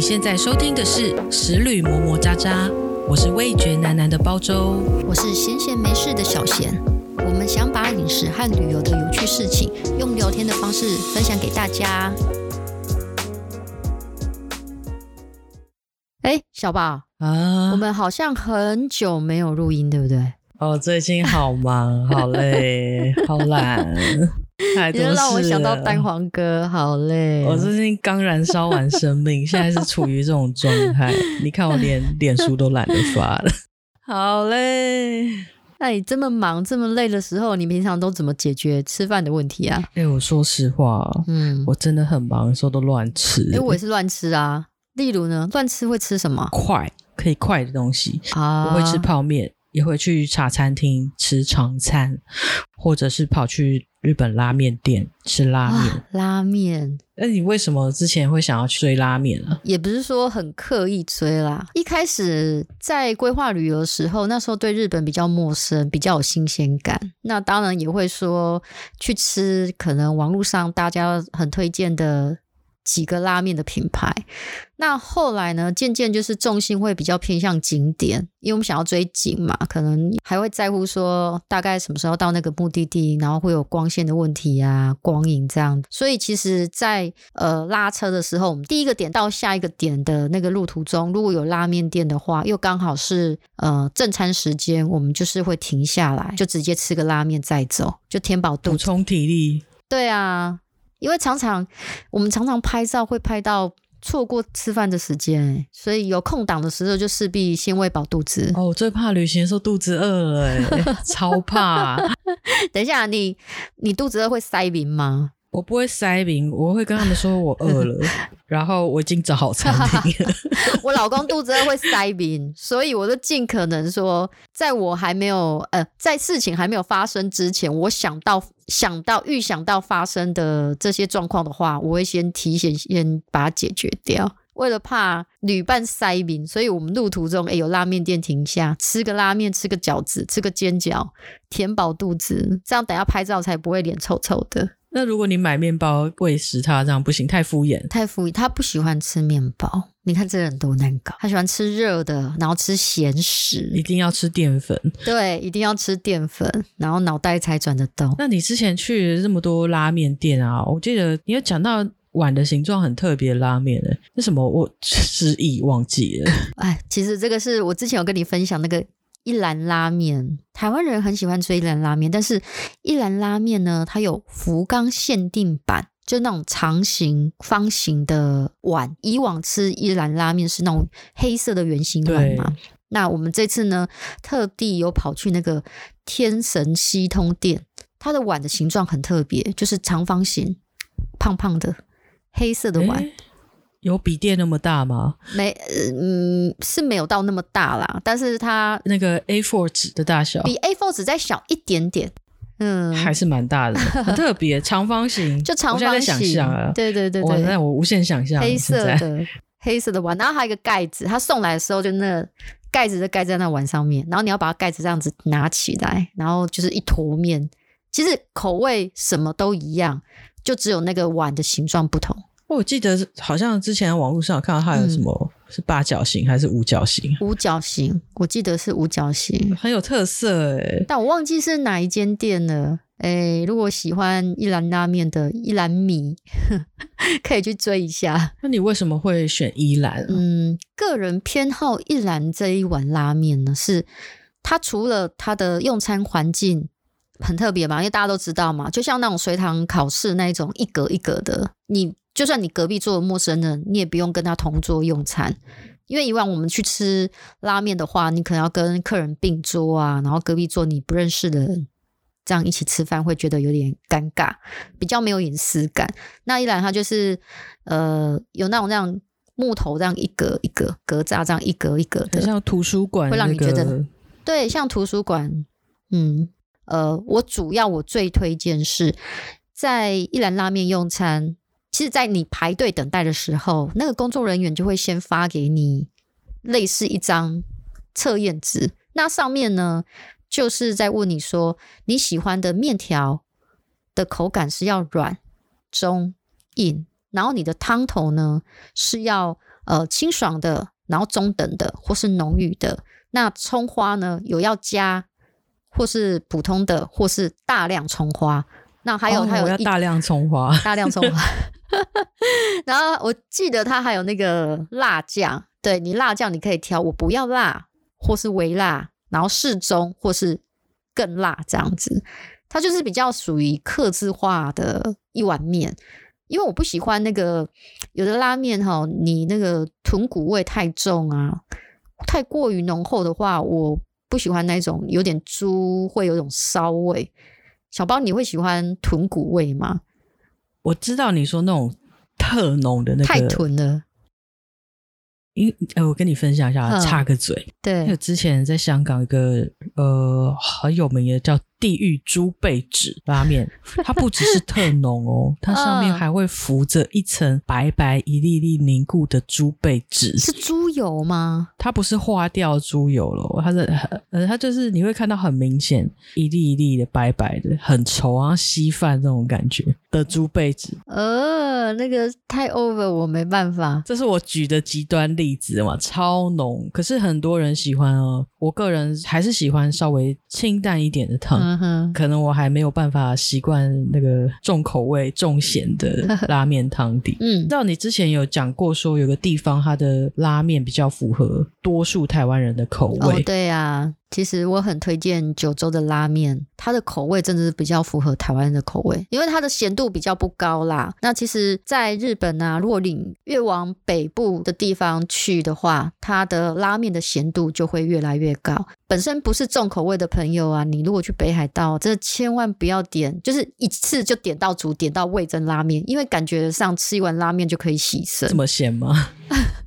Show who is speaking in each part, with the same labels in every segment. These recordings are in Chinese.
Speaker 1: 现在收听的是《十旅磨磨喳喳》，我是味觉喃喃的包周。
Speaker 2: 我是闲闲没事的小闲，我们想把饮食和旅游的有趣事情，用聊天的方式分享给大家。哎，小宝，我
Speaker 1: 啊，
Speaker 2: 们好像很久没有录音，对不对？
Speaker 1: 哦，最近好 忙，好累，好懒，太
Speaker 2: 你
Speaker 1: 多
Speaker 2: 就
Speaker 1: 事
Speaker 2: 让我想到
Speaker 1: 了
Speaker 2: 蛋黄哥，好累。
Speaker 1: 啊我最近刚燃烧完生 命，现在是处于这种状态。你看我连脸书都懒得发了，好嘞。
Speaker 2: 那你这么忙、这么累的时候，你平常都怎么解决吃饭的问题啊？
Speaker 1: 哎、我说实话，
Speaker 2: 嗯，
Speaker 1: 我真的很忙的时候都乱吃。
Speaker 2: 哎，我也是乱吃啊。例如呢，乱吃会吃什么
Speaker 1: 快可以快的东西，
Speaker 2: 啊？
Speaker 1: 我会吃泡面，也会去茶餐厅吃常餐，或者是跑去日本拉面店吃拉面。
Speaker 2: 啊拉面，
Speaker 1: 那、你为什么之前会想要去追拉面啊？
Speaker 2: 也不是说很刻意追啦。一开始在规划旅游的时候，那时候对日本比较陌生，比较有新鲜感。那当然也会说去吃可能网络上大家很推荐的几个拉面的品牌。那后来呢，渐渐就是重心会比较偏向景点，因为我们想要追景嘛，可能还会在乎说大概什么时候到那个目的地，然后会有光线的问题啊、光影这样。所以其实在，呃拉车的时候，我们第一个点到下一个点的那个路途中，如果有拉面店的话，又刚好是呃正餐时间，我们就是会停下来，就直接吃个拉面再走，就填饱肚
Speaker 1: 补
Speaker 2: 子。
Speaker 1: 充体力。
Speaker 2: 对啊，因为常常我们常常拍照会拍到错过吃饭的时间、欸所以有空档的时候就势必先喂饱肚子。
Speaker 1: 哦，我最怕旅行的时候肚子饿了、欸，超怕。
Speaker 2: 等一下，你你肚子饿会塞饼吗？
Speaker 1: 我不会塞饼，我会跟他们说我饿了，然后我已经找好餐 厅了。
Speaker 2: 我老公肚子饿会塞饼，所以我就尽可能说，在我还没有呃，在事情还没有发生之前，我想到想到预想到发生的这些状况的话，我会先提前先把它解决掉。为了怕旅伴塞饼，所以我们路途中，哎，有拉面店停下，吃个拉面，吃个饺子，吃个煎饺，填饱肚子，这样等下拍照才不会脸臭臭的。
Speaker 1: 那如果你买面包喂食他，这样不行，太敷衍。
Speaker 2: 太敷衍，他不喜欢吃面包。你看这人多难搞，他喜欢吃热的，然后吃咸
Speaker 1: 一
Speaker 2: 食，
Speaker 1: 定要吃淀粉。
Speaker 2: 对，一定要吃淀粉，然后脑袋才转得动。
Speaker 1: 那你之前去这么多拉面店啊，我记得你有讲到碗的形状很特别的拉面诶、那什么我失忆忘记了。
Speaker 2: 哎，其实这个是我之前有跟你分享那个一兰拉面，台湾人很喜欢吃一兰拉面，但是一兰拉面呢，它有福冈限定版。就那种长形、方形的碗，以往吃一兰拉面是那种黑色的圆形碗
Speaker 1: 对
Speaker 2: 嘛，那我们这次呢，特地有跑去那个天神西通店，它的碗的形状很特别，就是长方形，胖胖的黑色的 碗，
Speaker 1: 诶有笔电那么大吗？
Speaker 2: 没呃嗯是没有到那么大啦，但是它
Speaker 1: 那个 A4 纸的大小
Speaker 2: 比 A4 纸再小一点点，嗯，
Speaker 1: 还是蛮 大的，很特别，长方形。
Speaker 2: 就长
Speaker 1: 我现在
Speaker 2: 方
Speaker 1: 在
Speaker 2: 形，
Speaker 1: 想象啊，
Speaker 2: 对对对
Speaker 1: 哇，
Speaker 2: 对，
Speaker 1: 那我无限想象。
Speaker 2: 黑色
Speaker 1: 现在，
Speaker 2: 的黑色的碗，然后还有一个盖子，它送来的时候就那盖子就盖在那碗上面，然后你要把盖子这样子拿起来，然后就是一坨面，其实口味什么都一样，就只有那个碗的形状不同，
Speaker 1: 我记得好像之前网络上有看到它有什么、是八角形还是五角形，
Speaker 2: 五角形，我记得是五角形，
Speaker 1: 很有特色诶、欸
Speaker 2: 但我忘记是哪一间店了。哎，如果喜欢一兰拉面的一兰米， 可以去追一下。
Speaker 1: 那你为什么会选依兰、啊？
Speaker 2: 嗯，个人偏好一兰这一碗拉面呢，是它除了它的用餐环境很特别嘛，因为大家都知道嘛，就像那种随堂考试那一种一格一格的，你就算你隔壁桌的陌生人，你也不用跟他同桌用餐。因为以往我们去吃拉面的话，你可能要跟客人并桌啊，然后隔壁桌你不认识的人这样一起吃饭，会觉得有点尴尬，比较没有隐私感。那一兰它就是呃有那种那样木头这样一格一格格栅这样一格一格
Speaker 1: 很
Speaker 2: 的，
Speaker 1: 像图书馆、那
Speaker 2: 会
Speaker 1: 个，
Speaker 2: 让你觉得对，像图书馆，嗯，呃，我主要我最推荐是在一兰拉面用餐。其实，在你排队等待的时候，那个工作人员就会先发给你类似一张测验纸，那上面呢就是在问你说你喜欢的面条的口感是要软、中、硬，然后你的汤头呢是要呃清爽的，然后中等的或是浓郁的。那葱花呢，有要加或是普通的，或是大量葱花。那还有、
Speaker 1: 哦
Speaker 2: 还
Speaker 1: 我
Speaker 2: 有
Speaker 1: 要
Speaker 2: 一
Speaker 1: 大量葱花，
Speaker 2: 大量葱花。 然后我记得它还有那个辣酱，对你辣酱你可以挑，我不要辣或是微辣，然后适中或是更辣这样子。它就是比较属于克制化的一碗面，因为我不喜欢那个有的拉面哈，你那个豚骨味太重啊，太过于浓厚的话，我不喜欢那种有点猪会有种骚味。小包，你会喜欢豚骨味吗？
Speaker 1: 我知道你说那种特浓的那
Speaker 2: 太
Speaker 1: 个，
Speaker 2: 豚了，
Speaker 1: 因呃，我跟你分享一下，
Speaker 2: 嗯
Speaker 1: 插个嘴，因为
Speaker 2: 对，
Speaker 1: 之前在香港一个呃很有名的叫地狱猪背脂拉 面，它不只是特浓哦，它上面
Speaker 2: 嗯
Speaker 1: 还会浮着一层白白一粒粒凝固的猪背脂，
Speaker 2: 是猪油吗？
Speaker 1: 它不是化掉猪油了，它是呃它就是你会看到很明显一粒一粒的白白的，很稠，然后稀饭那种感觉的猪背脂。
Speaker 2: 呃，那个太 over，我没办法。
Speaker 1: 这是我举的极端例子嘛，超浓，可是很多人喜欢哦。我个人还是喜欢稍微清淡一点的汤，
Speaker 2: 嗯哼，
Speaker 1: 啊可能我还没有办法习惯那个重口味、重咸的 拉面汤底。
Speaker 2: 嗯
Speaker 1: 你知，道你之前有讲过，说有个地方它的拉面比较符合多数台湾人的口
Speaker 2: 哦
Speaker 1: 味，，
Speaker 2: 对啊，其实我很推荐九州的拉面，它的口味真的是比较符合台湾人的口味，因为它的咸度比较不高啦。那其实，在日本啊，如果你越往北部的地方去的话，它的拉面的咸度就会越来越高。本身不是重口味的朋友啊，你如果去北海道，真的千万不要点，就是一次就点到足，点到味增拉面，因为感觉上吃一碗拉面就可以洗身
Speaker 1: 这。么咸吗？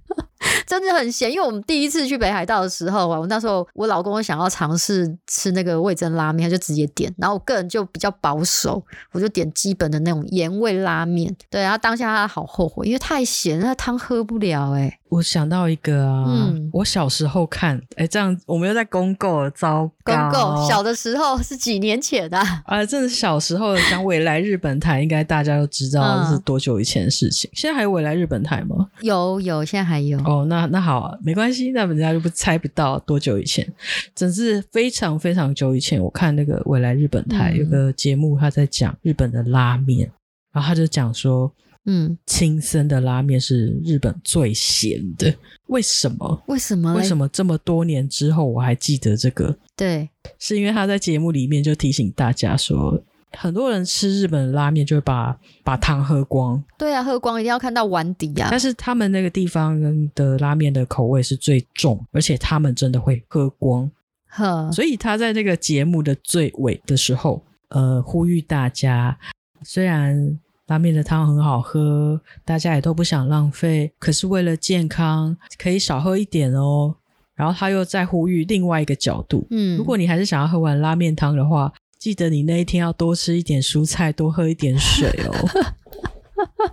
Speaker 2: 真的很咸，因为我们第一次去北海道的时候啊，我那时候我老公想要尝试吃那个味增拉面，他就直接点，然后我个人就比较保守，我就点基本的那种盐味拉面。对，然后当下他好后悔，因为太咸，那汤喝不了哎、
Speaker 1: 我想到一个啊，
Speaker 2: 嗯
Speaker 1: 我小时候看，哎，这样我们又在公购了，糟
Speaker 2: 公
Speaker 1: 糕！
Speaker 2: 公小的时候是几年前的、啊，
Speaker 1: 啊，真的是小时候想未来日本台，应该大家都知道
Speaker 2: 嗯
Speaker 1: 是多久以前的事情。现在还有未来日本台吗？
Speaker 2: 有有，现在还有。
Speaker 1: 哦，那那好、啊，没关系，那人家就不猜不到多久以前，真是非常非常久以前。我看那个未来日本台、
Speaker 2: 嗯
Speaker 1: 有个节目，他在讲日本的拉面，然后他就讲说，
Speaker 2: 嗯，
Speaker 1: 青森的拉面是日本最咸的，为什么？
Speaker 2: 为什么嘞？
Speaker 1: 为什
Speaker 2: 么？
Speaker 1: 么这么多年之后我还记得这个？
Speaker 2: 对，
Speaker 1: 是因为他在节目里面就提醒大家说，很多人吃日本的拉面就会把把汤喝光，
Speaker 2: 对啊，喝光一定要看到碗底啊
Speaker 1: 但。是他们那个地方的拉面的口味是最重，而且他们真的会喝光，
Speaker 2: 呵，
Speaker 1: 所以他在那个节目的最尾的时候，呃，呼吁大家，虽然拉面的汤很好喝，大家也都不想浪费，可是为了健康，可以少喝一点哦。然后他又在呼吁另外一个角度，
Speaker 2: 嗯，
Speaker 1: 如果你还是想要喝完拉面汤的话，记得你那一天要多吃一点蔬菜，多喝一点水哦。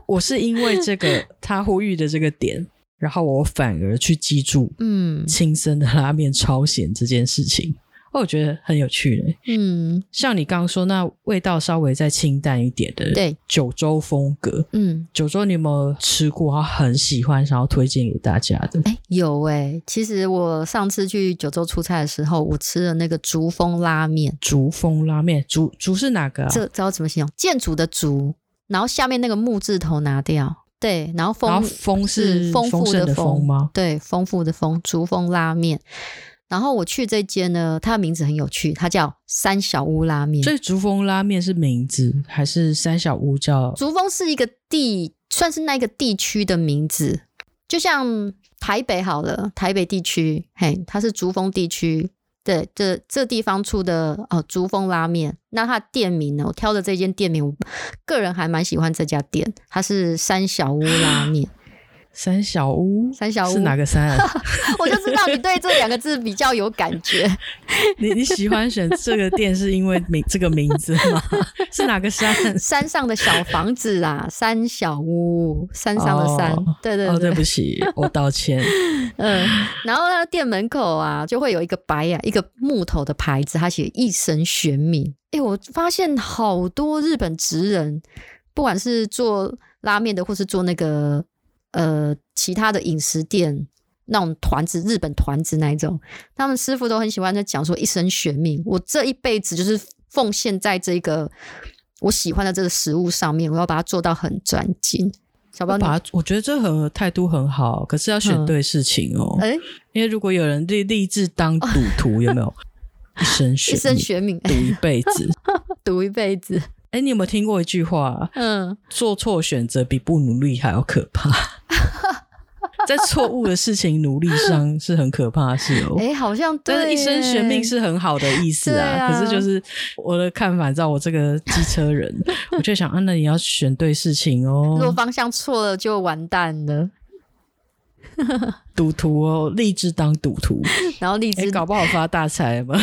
Speaker 1: 我是因为这个他呼吁的这个点，然后我反而去记住
Speaker 2: 嗯
Speaker 1: 亲生的拉面超咸这件事情。哦，我觉得很有趣嘞。
Speaker 2: 嗯
Speaker 1: 像你刚刚说，那味道稍微再清淡一点的，
Speaker 2: 对，
Speaker 1: 九州风格，
Speaker 2: 嗯，
Speaker 1: 九州你有没有吃过？然后很喜欢，想要推荐给大家的。
Speaker 2: 哎，有哎、其实我上次去九州出差的时候，我吃了那个竹峰拉面，
Speaker 1: 竹风拉面，竹竹是哪个啊？
Speaker 2: 这知道怎么形容？建筑的竹，然后下面那个木字头拿掉，对，然后
Speaker 1: 然后
Speaker 2: 丰
Speaker 1: 风是
Speaker 2: 丰
Speaker 1: 丰
Speaker 2: 富
Speaker 1: 盛的
Speaker 2: 丰
Speaker 1: 丰吗？
Speaker 2: 对，丰富的丰，竹峰拉面。然后我去这间呢，它的名字很有趣，它叫三小屋拉面。
Speaker 1: 所以竹峰拉面是名字，还是三小屋叫？
Speaker 2: 竹峰是一个地，算是那个地区的名字，就像台北好了，台北地区，嘿，它是竹峰地区。对，这这地方出的呃竹峰拉面，那它的店名呢？我挑的这间店名，我个人还蛮喜欢这家店，它是三小屋拉 面。
Speaker 1: 三小屋，
Speaker 2: 三小屋
Speaker 1: 是哪个三啊？
Speaker 2: 我就知道你对这两个字比较有感觉。
Speaker 1: 你你喜欢选这个店是因为名这个名字吗？ 是哪个山？
Speaker 2: 山上的小房子啊，三小屋，山上的山，
Speaker 1: 哦
Speaker 2: 对对
Speaker 1: 哦，
Speaker 2: 对
Speaker 1: 对，不起，我道歉。
Speaker 2: 嗯，然后呢，店门口啊，就会有一个白呀、一个木头的牌子，它写“一神玄冥”。哎，我发现好多日本职人，不管是做拉面的，或是做那个呃其他的饮食店那种团子，日本团子那一种，他们师傅都很喜欢在讲说一生悬命，我这一辈子就是奉献在这个我喜欢的这个食物上面，我要把它做到很专精。小包
Speaker 1: 我
Speaker 2: 你，
Speaker 1: 把它，我觉得这很态度很好，可是要选
Speaker 2: 嗯
Speaker 1: 对事情哦。
Speaker 2: 哎、
Speaker 1: 因为如果有人立立志当赌徒，有没 有一生
Speaker 2: 一生
Speaker 1: 命
Speaker 2: 悬 命，
Speaker 1: 赌一辈子？
Speaker 2: 赌一辈子。
Speaker 1: 哎，你有没有听过一句话啊、
Speaker 2: 嗯，
Speaker 1: 做错选择比不努力还要可 怕。在错误的事情努力上是很可怕的事哦。
Speaker 2: 哎、好像对
Speaker 1: 但
Speaker 2: 耶，
Speaker 1: 是一生悬命是很好的意思
Speaker 2: 对
Speaker 1: 啊，
Speaker 2: 啊
Speaker 1: 可是就是我的看法，照我这个机车人， 我就想啊，那你要选对事情
Speaker 2: 如果
Speaker 1: 哦，
Speaker 2: 方向错了就完蛋了，
Speaker 1: 赌徒哦，立志当赌徒，
Speaker 2: 然后荔
Speaker 1: 哎、
Speaker 2: 枝
Speaker 1: 搞不好发大财 嘛。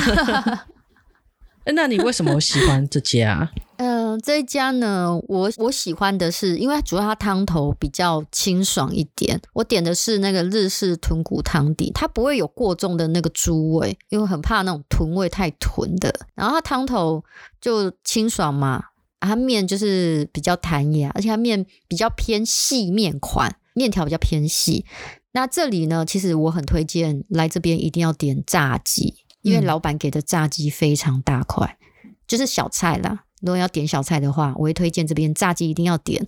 Speaker 1: 哎那你为什么喜欢这家、
Speaker 2: 嗯、这一家呢，我我喜欢的是，因为主要它汤头比较清爽一点。我点的是那个日式豚骨汤底，它不会有过重的那个猪味，因为我很怕那种豚味太豚的。然后它汤头就清爽嘛，啊它面就是比较弹牙，而且它面比较偏细面款，面条比较偏细。那这里呢，其实我很推荐来这边一定要点炸鸡，因为
Speaker 1: 嗯
Speaker 2: 老板给的炸鸡非常大块。就是小菜啦。如果要点小菜的话，我会推荐这边炸鸡一定要点，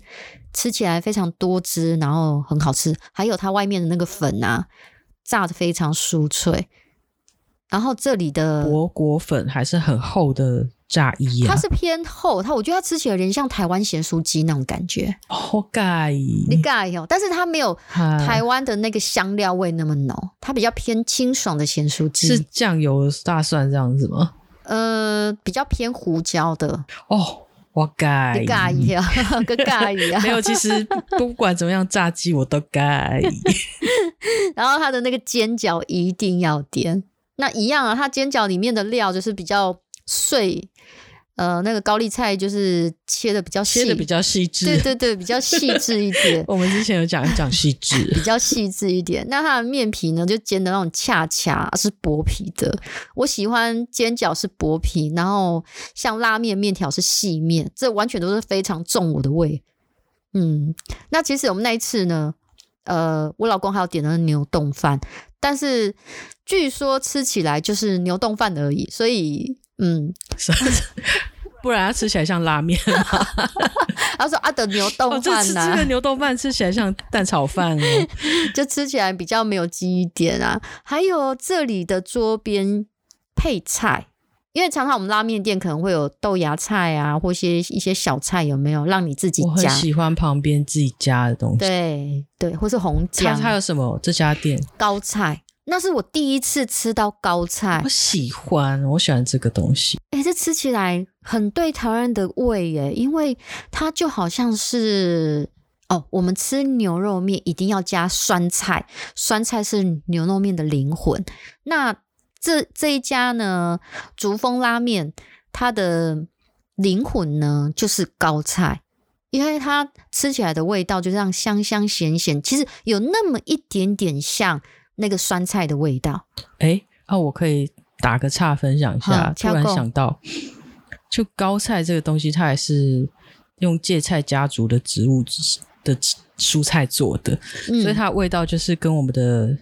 Speaker 2: 吃起来非常多汁，然后很好吃。还有它外面的那个粉啊，炸的非常酥脆。然后这里的
Speaker 1: 博果粉还是很厚的炸衣
Speaker 2: 它
Speaker 1: 啊，
Speaker 2: 是偏厚，它我觉得它吃起来有点像台湾咸酥鸡那种感觉，
Speaker 1: 哦好盖，
Speaker 2: 你盖哦，但是它没有
Speaker 1: 嗨
Speaker 2: 台湾的那个香料味那么浓，它比较偏清爽的咸酥鸡，
Speaker 1: 是酱油大蒜这样子吗？
Speaker 2: 呃比较偏胡椒的，
Speaker 1: 哦，我盖
Speaker 2: 你盖一啊，跟盖一啊，
Speaker 1: 没有，其实不管怎么样，炸鸡我都 该。
Speaker 2: 然后它的那个煎饺一定要点。那一样啊，它煎饺里面的料就是比较碎，呃，那个高丽菜就是切的比较细，
Speaker 1: 切的比较细致。，
Speaker 2: 对对对，比较细致一点
Speaker 1: 我们之前有讲讲细致
Speaker 2: 比，较细致一点。那它的面皮呢，就煎的那种恰恰是薄皮的。我喜欢煎饺是薄皮，然后像拉面面条是细面，这完全都是非常重我的胃。嗯，那其实我们那一次呢，呃，我老公还有点了牛冻饭，但是据说吃起来就是牛冻饭而已，所以嗯，
Speaker 1: 不然它吃起来像拉 面。
Speaker 2: 他说啊的牛
Speaker 1: 哦，
Speaker 2: 冻
Speaker 1: 这吃
Speaker 2: 饭呐、啊
Speaker 1: 这个牛豆饭吃起来像蛋炒饭哦。
Speaker 2: 就吃起来比较没有记忆点啊。还有这里的桌边配菜，因为常常我们拉面店可能会有豆芽菜啊，或一些一些小菜，有没有让 你自己
Speaker 1: 我很
Speaker 2: 加？
Speaker 1: 喜欢旁边自己加的东西。
Speaker 2: 对对，或是红
Speaker 1: 它它
Speaker 2: 姜
Speaker 1: 有什么？这家店
Speaker 2: 高菜，那是我第一次吃到高菜
Speaker 1: 我，喜欢，我喜欢这个东西。
Speaker 2: 诶，这吃起来很对台湾人的胃耶，因为它就好像是哦，我们吃牛肉面一定要加酸菜，酸菜是牛肉面的灵魂。那这这一家呢，竹峰拉面，它的灵魂呢就是高菜，因为它吃起来的味道就这样香香咸咸，其实有那么一点点像那个酸菜的味道。
Speaker 1: 哎，啊，我可以打个岔分享一下。
Speaker 2: 好
Speaker 1: 突然
Speaker 2: 跳过
Speaker 1: 想到，就高菜这个东西，它也是用芥菜家族的植物的蔬菜做的。
Speaker 2: 嗯，
Speaker 1: 所以它的味道就是跟我们的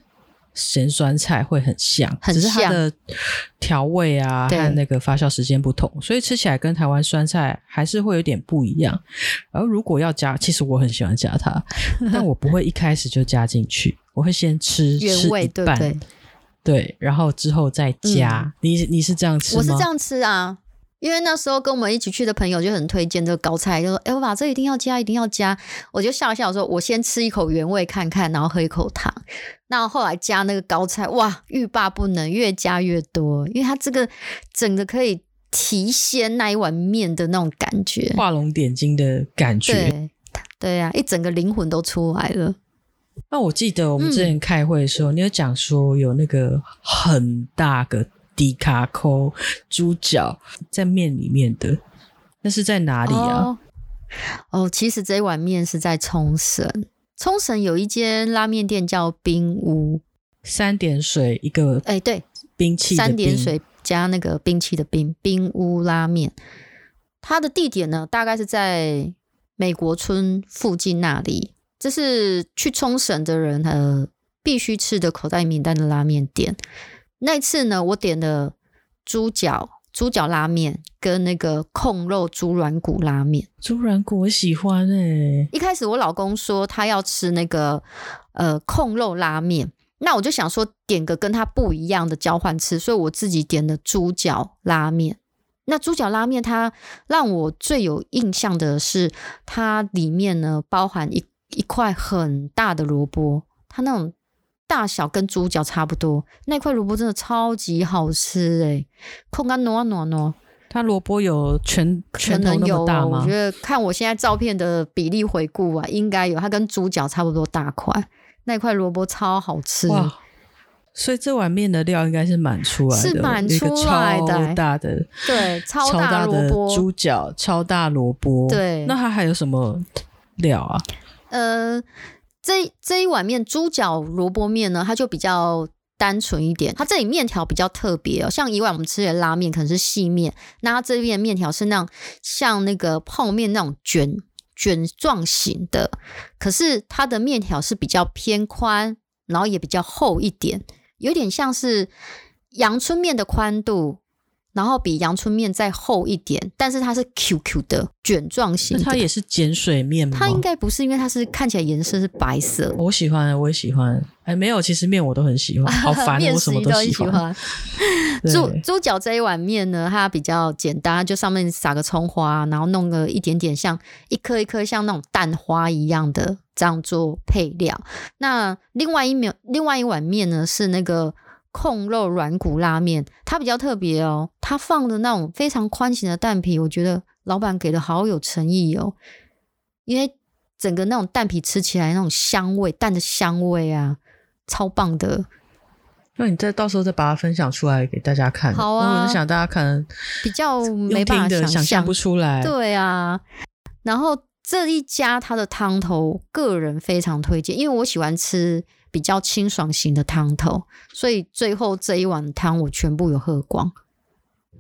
Speaker 1: 咸酸菜会很像，
Speaker 2: 很
Speaker 1: 只是它
Speaker 2: 像
Speaker 1: 的调味啊
Speaker 2: 对
Speaker 1: 和那个发酵时间不同，所以吃起来跟台湾酸菜还是会有点不一样。然后如果要加，其实我很喜欢加它，但我不会一开始就加进去，我会先吃
Speaker 2: 原味
Speaker 1: 吃一
Speaker 2: 对不
Speaker 1: 半
Speaker 2: 对？
Speaker 1: 对然后之后再加。你你是这样吃吗？
Speaker 2: 嗯我是这样吃啊，因为那时候跟我们一起去的朋友就很推荐这个高菜，就说：“哎、我把这一定要加，一定要加。”我就笑一笑，我说：“我先吃一口原味看看，然后喝一口汤。”那后来加那个高菜，哇，欲罢不能，越加越多，因为它这个整个可以提鲜那一碗面的那种感觉，
Speaker 1: 画龙点睛的感觉。
Speaker 2: 对。对啊，一整个灵魂都出来了。
Speaker 1: 那我记得我们
Speaker 2: 嗯
Speaker 1: 之前开会的时候，你有讲说有那个很大个迪卡扣猪脚在面里面的，那是在哪里啊？
Speaker 2: 哦哦，其实这一碗面是在冲绳，冲绳有一间拉面店叫冰屋，
Speaker 1: 三点水一个
Speaker 2: 哎，对，
Speaker 1: 兵器的
Speaker 2: 三点
Speaker 1: 兵
Speaker 2: 水加那个兵器的冰冰屋拉面。它的地点呢，大概是在美国村附近那里。这是去冲绳的人呃必须吃的口袋名单的拉面店。那次呢，我点了猪脚猪脚拉面跟那个控肉猪软骨拉面。
Speaker 1: 猪软骨我喜欢哎、
Speaker 2: 一开始我老公说他要吃那个呃控肉拉面，那我就想说点个跟他不一样的交换吃，所以我自己点的猪脚拉面。那猪脚拉面它让我最有印象的是，它里面呢包含一一块很大的萝卜，它那种大小跟猪脚差不多，那块萝卜真的超级好吃诶、欸控干挪啊挪啊挪。
Speaker 1: 它萝卜有拳
Speaker 2: 可
Speaker 1: 拳头
Speaker 2: 能
Speaker 1: 那
Speaker 2: 有
Speaker 1: 么大
Speaker 2: 哦，我
Speaker 1: 吗
Speaker 2: 觉？得看我现在照片的比例回顾啊，应该有，它跟猪脚差不多大块，那块萝卜超好吃。
Speaker 1: 哇！所以这碗面的料应该是满出来的，
Speaker 2: 是满
Speaker 1: 有一个
Speaker 2: 出来的欸
Speaker 1: 超大的、
Speaker 2: 对，超
Speaker 1: 大
Speaker 2: 萝
Speaker 1: 的
Speaker 2: 卜。
Speaker 1: 猪脚，超大萝卜。，
Speaker 2: 对
Speaker 1: 那，它还有什么料啊？
Speaker 2: 呃，这这一碗面猪脚萝卜面呢，它就比较单纯一点，它这里面条比较特别哦，像以往我们吃的拉面可能是细面，那它这边的面条是那种像那个泡面那种卷卷状型的，可是它的面条是比较偏宽，然后也比较厚一点，有点像是阳春面的宽度。然后比阳春面再厚一点，但是它是 QQ 的卷状型
Speaker 1: 那
Speaker 2: 的。
Speaker 1: 它也是碱水面吗？
Speaker 2: 它应该不是，因为它是看起来颜色是白色。
Speaker 1: 我喜欢，我也喜欢。哎，没有，其实面我都很喜 欢，好烦，
Speaker 2: 面
Speaker 1: 我什
Speaker 2: 食
Speaker 1: 么啊
Speaker 2: 一都
Speaker 1: 喜
Speaker 2: 喜欢。
Speaker 1: 对
Speaker 2: 猪猪脚这一碗面呢，它比较简单，就上面撒个葱花，然后弄个一点点像一颗一颗像那种蛋花一样的这样做配料。那另外一面另外一碗面呢是那个控肉软骨拉面，它比较特别哦，它放的那种非常宽型的蛋皮，我觉得老板给的好有诚意哦，因为整个那种蛋皮吃起来那种香味，蛋的香味啊，超棒的。
Speaker 1: 那你再到时候再把它分享出来给大家看。
Speaker 2: 好啊
Speaker 1: 因为我就想大家可能
Speaker 2: 比较没
Speaker 1: 用
Speaker 2: 办
Speaker 1: 听的
Speaker 2: 法想
Speaker 1: 象
Speaker 2: 象
Speaker 1: 不。出来。
Speaker 2: 对啊，然后这一家它的汤头，个人非常推荐，因为我喜欢吃比较清爽型的汤头，所以最后这一碗汤我全部有喝光。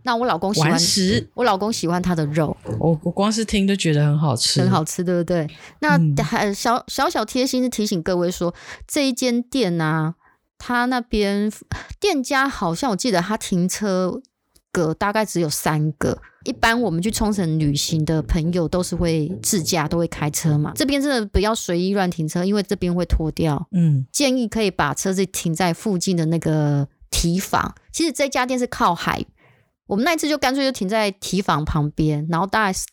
Speaker 2: 那我老公喜欢
Speaker 1: 顽，石，
Speaker 2: 我老公喜欢它的肉，
Speaker 1: 我我光是听就觉得很好吃，
Speaker 2: 很好吃，对不对？那
Speaker 1: 嗯
Speaker 2: 还小小小贴心是提醒各位说，这一间店啊，它那边店家好像我记得它停车格大概只有三个。一般我们去冲绳旅行的朋友都是会自驾，都会开车嘛。这边真的不要随意乱停车，因为这边会拖掉。
Speaker 1: 嗯，
Speaker 2: 建议可以把车子停在附近的那个提防。其实这家店是靠海，我们那一次就干脆就停在提防旁边，然后大概是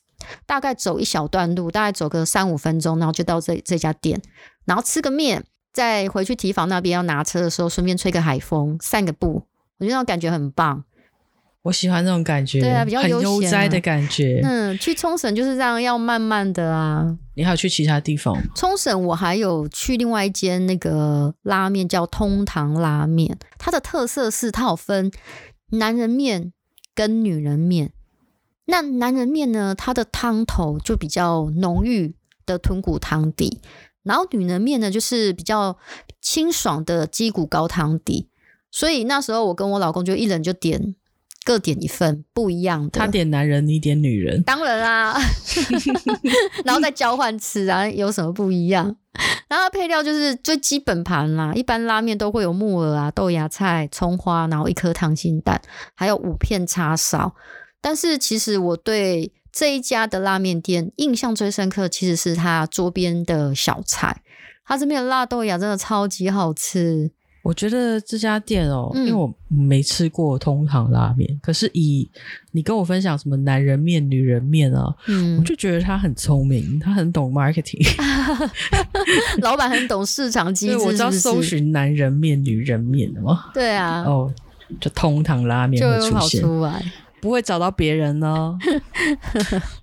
Speaker 2: 大概走一小段路，大概走个三五分钟，然后就到这这家店，然后吃个面，再回去提防那边要拿车的时候，顺便吹个海风，散个步。我觉得那种感觉很棒。
Speaker 1: 我喜欢这种感觉，
Speaker 2: 对啊比较
Speaker 1: 很
Speaker 2: 悠闲啊
Speaker 1: 悠哉的感觉。
Speaker 2: 嗯，去冲绳就是这样，要慢慢的啊。
Speaker 1: 你还有去其他地方吗？
Speaker 2: 冲绳我还有去另外一间那个拉面叫通堂拉面，它的特色是它有分男人面跟女人面。那男人面呢，它的汤头就比较浓郁的豚骨汤底，然后女人面呢就是比较清爽的鸡骨高汤底。所以那时候我跟我老公就一人就点各点一份不一样的。
Speaker 1: 他点男人，你点女人，
Speaker 2: 当然 啊，然后再交换吃啊，有什么不一样？然后它配料就是最基本盘啦，一般拉面都会有木耳啊、豆芽菜、葱花，然后一颗溏心蛋，还有五片叉烧。但是其实我对这一家的拉面店印象最深刻，其实是它桌边的小菜，它这边的辣豆芽真的超级好吃。
Speaker 1: 我觉得这家店哦，因
Speaker 2: 嗯
Speaker 1: 为我没吃过通堂拉面，可是以你跟我分享什么男人面、女人面啊，我
Speaker 2: 嗯，
Speaker 1: 就觉得他很聪明，他很懂 marketing，
Speaker 2: 老板很懂市场机
Speaker 1: 所以
Speaker 2: 制，
Speaker 1: 我知道
Speaker 2: 是不
Speaker 1: 搜
Speaker 2: 是？
Speaker 1: 寻男人面、女人面的嘛，
Speaker 2: 对啊，
Speaker 1: 哦，就通堂拉面
Speaker 2: 就
Speaker 1: 会
Speaker 2: 会
Speaker 1: 出
Speaker 2: 跑
Speaker 1: 现，
Speaker 2: 出来。
Speaker 1: 不会找到别人 呢，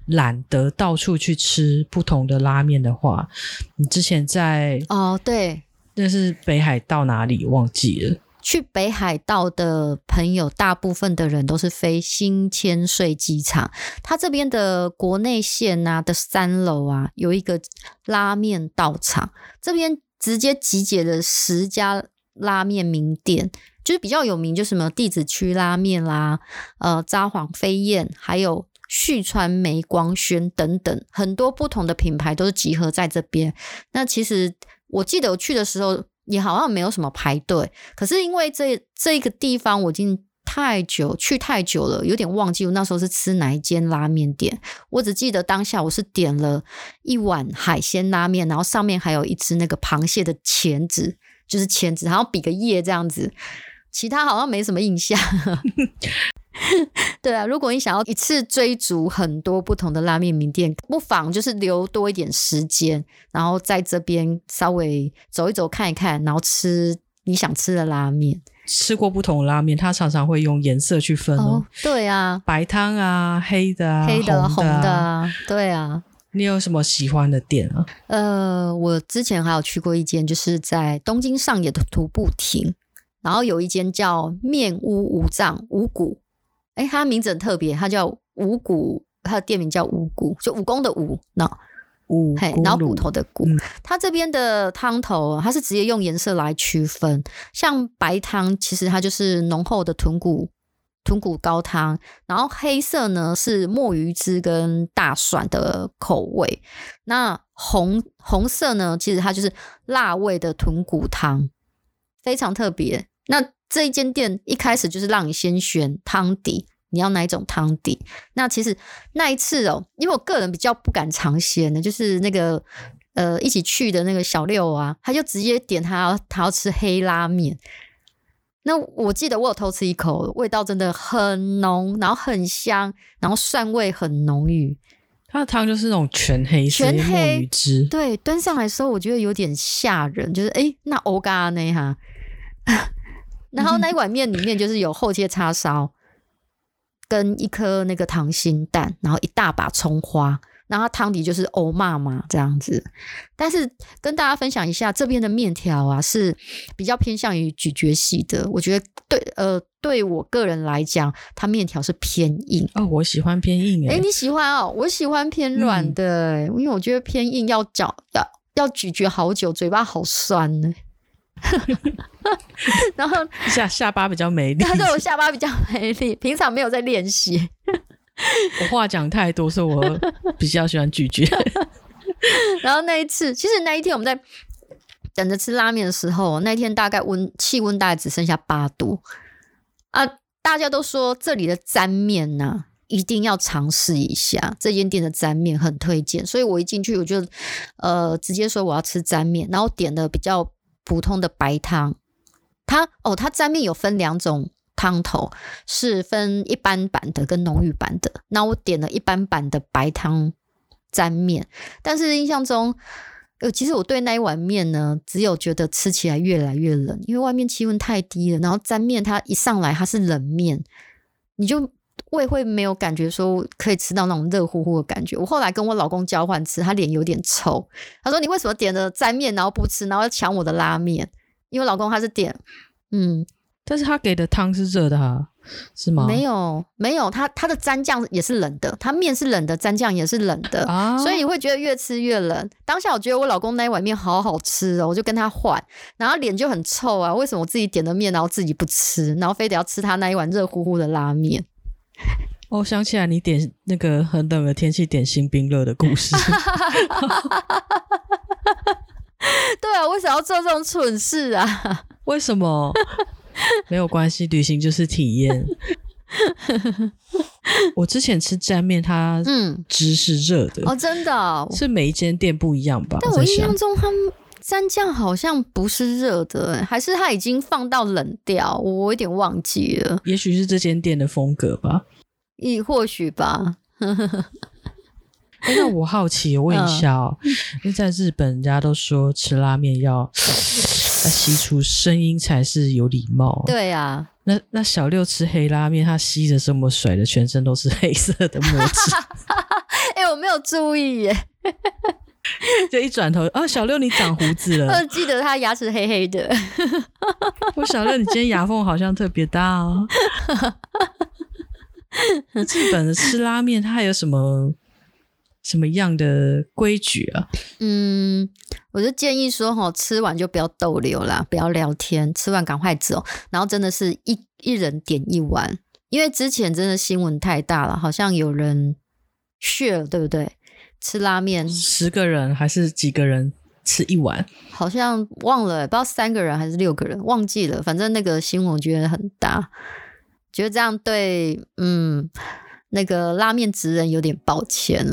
Speaker 1: 懒得到处去吃不同的拉面的话，你之前在
Speaker 2: 哦，对，
Speaker 1: 那是北海道哪里忘记了？
Speaker 2: 去北海道的朋友，大部分的人都是飞新千岁机场。它这边的国内线啊的三楼啊，有一个拉面道场，这边直接集结了十家拉面名店，就是比较有名，就什么地址区拉面啦，呃，札幌飞燕，还有旭川梅、光轩等等，很多不同的品牌都是集合在这边。那其实我记得我去的时候也好像没有什么排队，可是因为这这个地方我已经太久去太久了，有点忘记我那时候是吃哪一间拉面店。我只记得当下我是点了一碗海鲜拉面，然后上面还有一只那个螃蟹的钳子，就是钳子，然后比个耶这样子。其他好像没什么印象。对啊，如果你想要一次追逐很多不同的拉面名店，不妨就是留多一点时间，然后在这边稍微走一走、看一看，然后吃你想吃的拉面。
Speaker 1: 吃过不同的拉面，它常常会用颜色去分哦，
Speaker 2: 对啊，
Speaker 1: 白汤啊，黑的啊，
Speaker 2: 黑的、
Speaker 1: 红
Speaker 2: 红
Speaker 1: 啊。
Speaker 2: 的啊，对啊。
Speaker 1: 你有什么喜欢的店啊？
Speaker 2: 呃，我之前还有去过一间，就是在东京上野的徒步亭，然后有一间叫面屋五藏五谷，诶，它名字很特别，它叫五谷，它的店名叫五谷，就武功的武，那
Speaker 1: 五
Speaker 2: 嘿
Speaker 1: 谷，
Speaker 2: 然后骨
Speaker 1: 卤
Speaker 2: 头的骨
Speaker 1: 嗯。
Speaker 2: 它这边的汤头啊，它是直接用颜色来区分，像白汤其实它就是浓厚的豚骨。豚骨高汤，然后黑色呢是墨鱼汁跟大蒜的口味，那红红色呢，其实它就是辣味的豚骨汤，非常特别。那这一间店一开始就是让你先选汤底，你要哪一种汤底？那其实那一次哦，因为我个人比较不敢尝鲜的，就是那个呃一起去的那个小六啊，他就直接点他要他要吃黑拉面。那我记得我有偷吃一口，味道真的很浓，然后很香，然后蒜味很浓郁。
Speaker 1: 它的汤就是那种全黑色，因
Speaker 2: 全
Speaker 1: 为墨
Speaker 2: 黑
Speaker 1: 鱼汁，
Speaker 2: 对，端上来的时候我觉得有点吓人，就是诶，那欧嘎呢哈， 然后那一碗面里面就是有厚切叉烧，跟一颗那个溏心蛋，然后一大把葱花，然后它汤底就是欧妈妈这样子。但是跟大家分享一下，这边的面条啊是比较偏向于咀嚼系的，我觉得对呃对我个人来讲，它面条是偏硬。
Speaker 1: 哦，我喜欢偏硬
Speaker 2: 哎、
Speaker 1: 诶。
Speaker 2: 你喜欢哦？我喜欢偏软
Speaker 1: 嗯
Speaker 2: 的、欸因为我觉得偏硬要嚼要要咀嚼好久，嘴巴好酸呢、 然后
Speaker 1: 下下巴比较美丽。
Speaker 2: 他对我下巴比较 没力，平常没有在练习。
Speaker 1: 我话讲太多，所以我比较喜欢咀 嚼。
Speaker 2: 然后那一次，其实那一天我们在等着吃拉面的时候，那一天大概温气温大概只剩下八度啊，大家都说这里的沾面呐、一定要尝试一下，这间店的沾面很推荐，所以我一进去我就呃直接说我要吃沾面，然后点的比较普通的白汤。它哦，它沾面有分两种汤头，是分一般版的跟浓郁版的。那我点了一般版的白汤沾面，但是印象中，呃，其实我对那一碗面呢，只有觉得吃起来越来越冷，因为外面气温太低了，然后沾面它一上来它是冷面，你就胃会没有感觉说可以吃到那种热乎乎的感觉。我后来跟我老公交换吃，他脸有点臭，他说你为什么点了沾面然后不吃，然后要抢我的拉面？因为我老公他是点，嗯，
Speaker 1: 但是他给的汤是热的啊，是吗？
Speaker 2: 没有没有，它它的蘸酱也是冷的，它面是冷的，蘸酱也是冷的，
Speaker 1: 啊，
Speaker 2: 所以你会觉得越吃越冷。当下我觉得我老公那一碗面好好吃哦，我就跟他换，然后脸就很臭啊，为什么我自己点的面然后自己不吃，然后非得要吃他那一碗热乎乎的拉面？
Speaker 1: 哦，想起来你点那个很冷的天气点新冰乐的故 事，
Speaker 2: 对啊，为什么要做这种蠢事啊？
Speaker 1: 为什么？没有关系，旅行就是体 验。我之前吃沾面，它
Speaker 2: 嗯，
Speaker 1: 汁是热的，
Speaker 2: 哦，真的哦、
Speaker 1: 是每一间店不一样吧？
Speaker 2: 但
Speaker 1: 在
Speaker 2: 我印
Speaker 1: 想
Speaker 2: 象中他们。蘸酱好像不是热的、欸还是它已经放到冷掉，我有点忘记了，
Speaker 1: 也许是这间店的风格吧。
Speaker 2: 亦或许吧。
Speaker 1: 诶哎那我好奇，我问一下哦，
Speaker 2: 嗯
Speaker 1: 因为在日本，人家都说吃拉面要 要吸出声音才是有礼貌。，
Speaker 2: 对啊，
Speaker 1: 那那小六吃黑拉面，他吸的这么甩的，全身都是黑色的墨 汁，
Speaker 2: 哎、我没有注意耶，
Speaker 1: 就一转头啊，小六你长胡子
Speaker 2: 我
Speaker 1: 了，
Speaker 2: 只记得他牙齿黑黑的。
Speaker 1: 我小六你今天牙缝好像特别大哦。日本的吃拉面，它还有什么什么样的规矩啊？
Speaker 2: 嗯，我就建议说哈，吃完就不要逗留啦，不要聊天，吃完赶快走，然后真的是一一人点一碗。因为之前真的新闻太大了，好像有人血了，对不对？吃拉面
Speaker 1: 十个人还是几个人吃一碗？
Speaker 2: 好像忘了、不知道三个人还是六个人，忘记了。反正那个新闻我觉得很大，觉得这样对，嗯，那个拉面职人有点抱歉。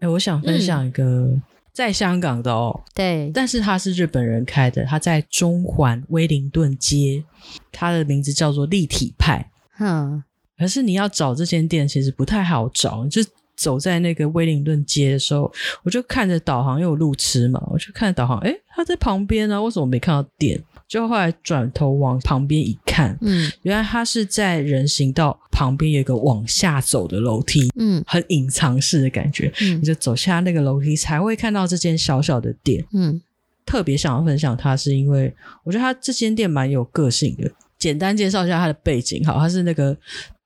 Speaker 1: 哎，我想分享一个在香港的哦，
Speaker 2: 对，
Speaker 1: 但是他是日本人开的，他在中环威灵顿街，他的名字叫做立体派。
Speaker 2: 嗯，
Speaker 1: 可是你要找这间店，其实不太好找。你就走在那个威灵顿街的时候，我就看着导航，因为我路痴嘛，我就看着导航，诶，他在旁边啊，为什么没看到店？就后来转头往旁边一看，
Speaker 2: 嗯，
Speaker 1: 原来他是在人行道旁边有一个往下走的楼梯，
Speaker 2: 嗯，
Speaker 1: 很隐藏式的感觉。
Speaker 2: 嗯
Speaker 1: 你，就走下那个楼梯，才会看到这间小小的店。
Speaker 2: 嗯，
Speaker 1: 特别想要分享它，是因为我觉得它这间店蛮有个性的。简单介绍一下它的背景，好，它是那个